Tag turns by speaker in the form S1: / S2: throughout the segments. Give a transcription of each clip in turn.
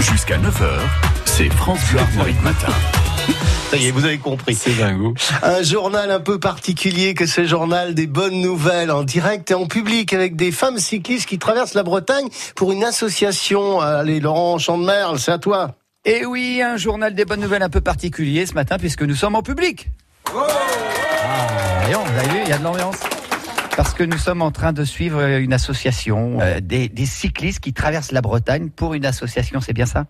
S1: Jusqu'à 9h, c'est France Bleu Armorique Matin.
S2: Ça y est, vous avez compris.
S3: C'est dingo.
S2: Un journal un peu particulier que ce journal des bonnes nouvelles en direct et en public avec des femmes cyclistes qui traversent la Bretagne pour une association. Allez, Laurent Chandemerle, c'est à toi.
S4: Et Eh oui, un journal des bonnes nouvelles un peu particulier ce matin puisque nous sommes en public. Ah, voyons, vous avez vu, il y a de l'ambiance. Parce que nous sommes en train de suivre euh, une association euh, des, des cyclistes qui traversent la Bretagne pour une association, c'est bien ça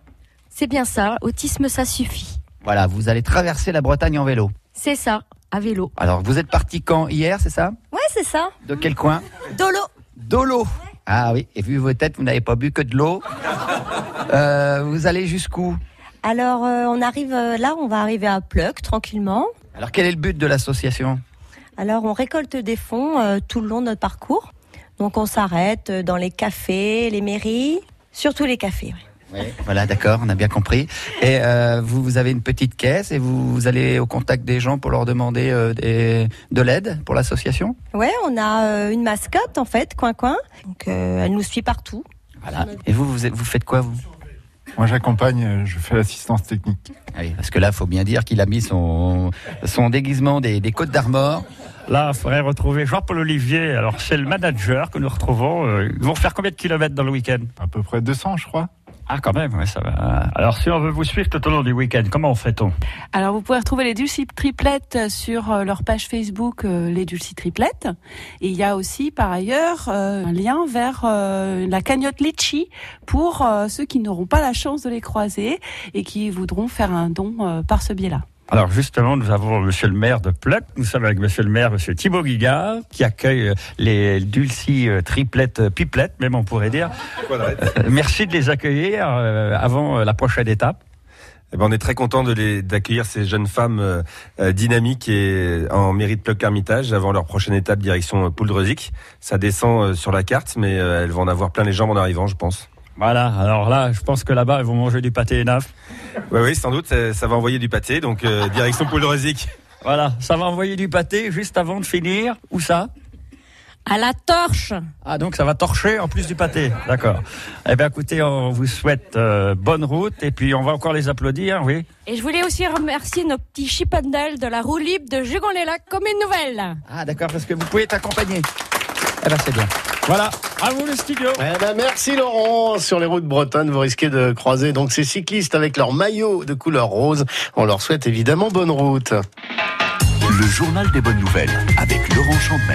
S5: C'est bien ça, autisme ça suffit.
S4: Voilà, vous allez traverser la Bretagne en vélo.
S5: C'est ça, à vélo.
S4: Alors, vous êtes parti quand hier, c'est ça
S5: Ouais, c'est ça.
S4: De quel coin
S5: Dolo.
S4: Dolo. Ah oui, et vu vos têtes, vous n'avez pas bu que de l'eau. Euh, vous allez jusqu'où
S5: Alors, euh, on arrive euh, là, on va arriver à Pleuc tranquillement.
S4: Alors, quel est le but de l'association
S5: Alors, on récolte des fonds euh, tout le long de notre parcours. Donc, on s'arrête euh, dans les cafés, les mairies, surtout les cafés. ouais.
S4: Voilà, d'accord, on a bien compris. Et euh, vous, vous avez une petite caisse et vous, vous allez au contact des gens pour leur demander euh, des- de l'aide pour l'association
S5: Ouais, on a euh, une mascotte en fait, Coin Coin. Donc, euh, elle nous suit partout.
S4: Voilà. Et vous, vous, êtes- vous faites quoi, vous
S3: Moi, j'accompagne, euh, je fais l'assistance technique.
S4: Ah oui, Parce que là, faut bien dire qu'il a mis son, son déguisement des, des Côtes d'Armor.
S6: Là, il faudrait retrouver Jean-Paul Olivier. Alors, c'est le manager que nous retrouvons. Euh, Ils vont faire combien de kilomètres dans le week-end
S3: À peu près 200, je crois.
S6: Ah, quand même, ouais, ça va. Alors, si on veut vous suivre tout au long du week-end, comment fait-on
S7: Alors vous pouvez retrouver les Dulcis Triplettes sur euh, leur page Facebook euh, Les Dulcis Triplettes. Et il y a aussi par ailleurs euh, un lien vers euh, la cagnotte Litchi pour euh, ceux qui n'auront pas la chance de les croiser et qui voudront faire un don euh, par ce biais-là.
S6: Alors, justement, nous avons Monsieur le maire de Pleuc. Nous sommes avec Monsieur le maire, Monsieur Thibaut Guigard, qui accueille euh, les Dulcie euh, triplettes, euh, pipelettes, même on pourrait dire. Euh, Merci de les accueillir euh, avant euh, la prochaine étape.
S8: Eh ben, on est très content de les d'accueillir ces jeunes femmes euh, euh, dynamiques et euh, en mérite Plug Hermitage avant leur prochaine étape direction euh, Pouldreuzic. Ça descend euh, sur la carte, mais euh, elles vont en avoir plein les jambes en arrivant, je pense.
S6: Voilà. Alors là, je pense que là-bas, ils vont manger du pâté naf.
S8: Oui, oui, sans doute, ça, ça va envoyer du pâté, donc euh, direction Pouldreuzic.
S6: Voilà. Ça va envoyer du pâté juste avant de finir. Où ça?
S5: À la torche.
S6: Ah donc ça va torcher en plus du pâté, d'accord. Eh bien écoutez, on vous souhaite euh, bonne route et puis on va encore les applaudir, oui.
S9: Et je voulais aussi remercier nos petits chipendales de la roue libre de Jugon-les-Lacs comme une nouvelle.
S4: Ah d'accord, parce que vous pouvez t'accompagner. Eh ben c'est bien.
S6: Voilà, à vous le studio.
S2: Eh ben, merci Laurent. Sur les routes bretonnes, vous risquez de croiser donc ces cyclistes avec leur maillot de couleur rose. On leur souhaite évidemment bonne route.
S1: Le journal des bonnes nouvelles avec Laurent Chandemerle.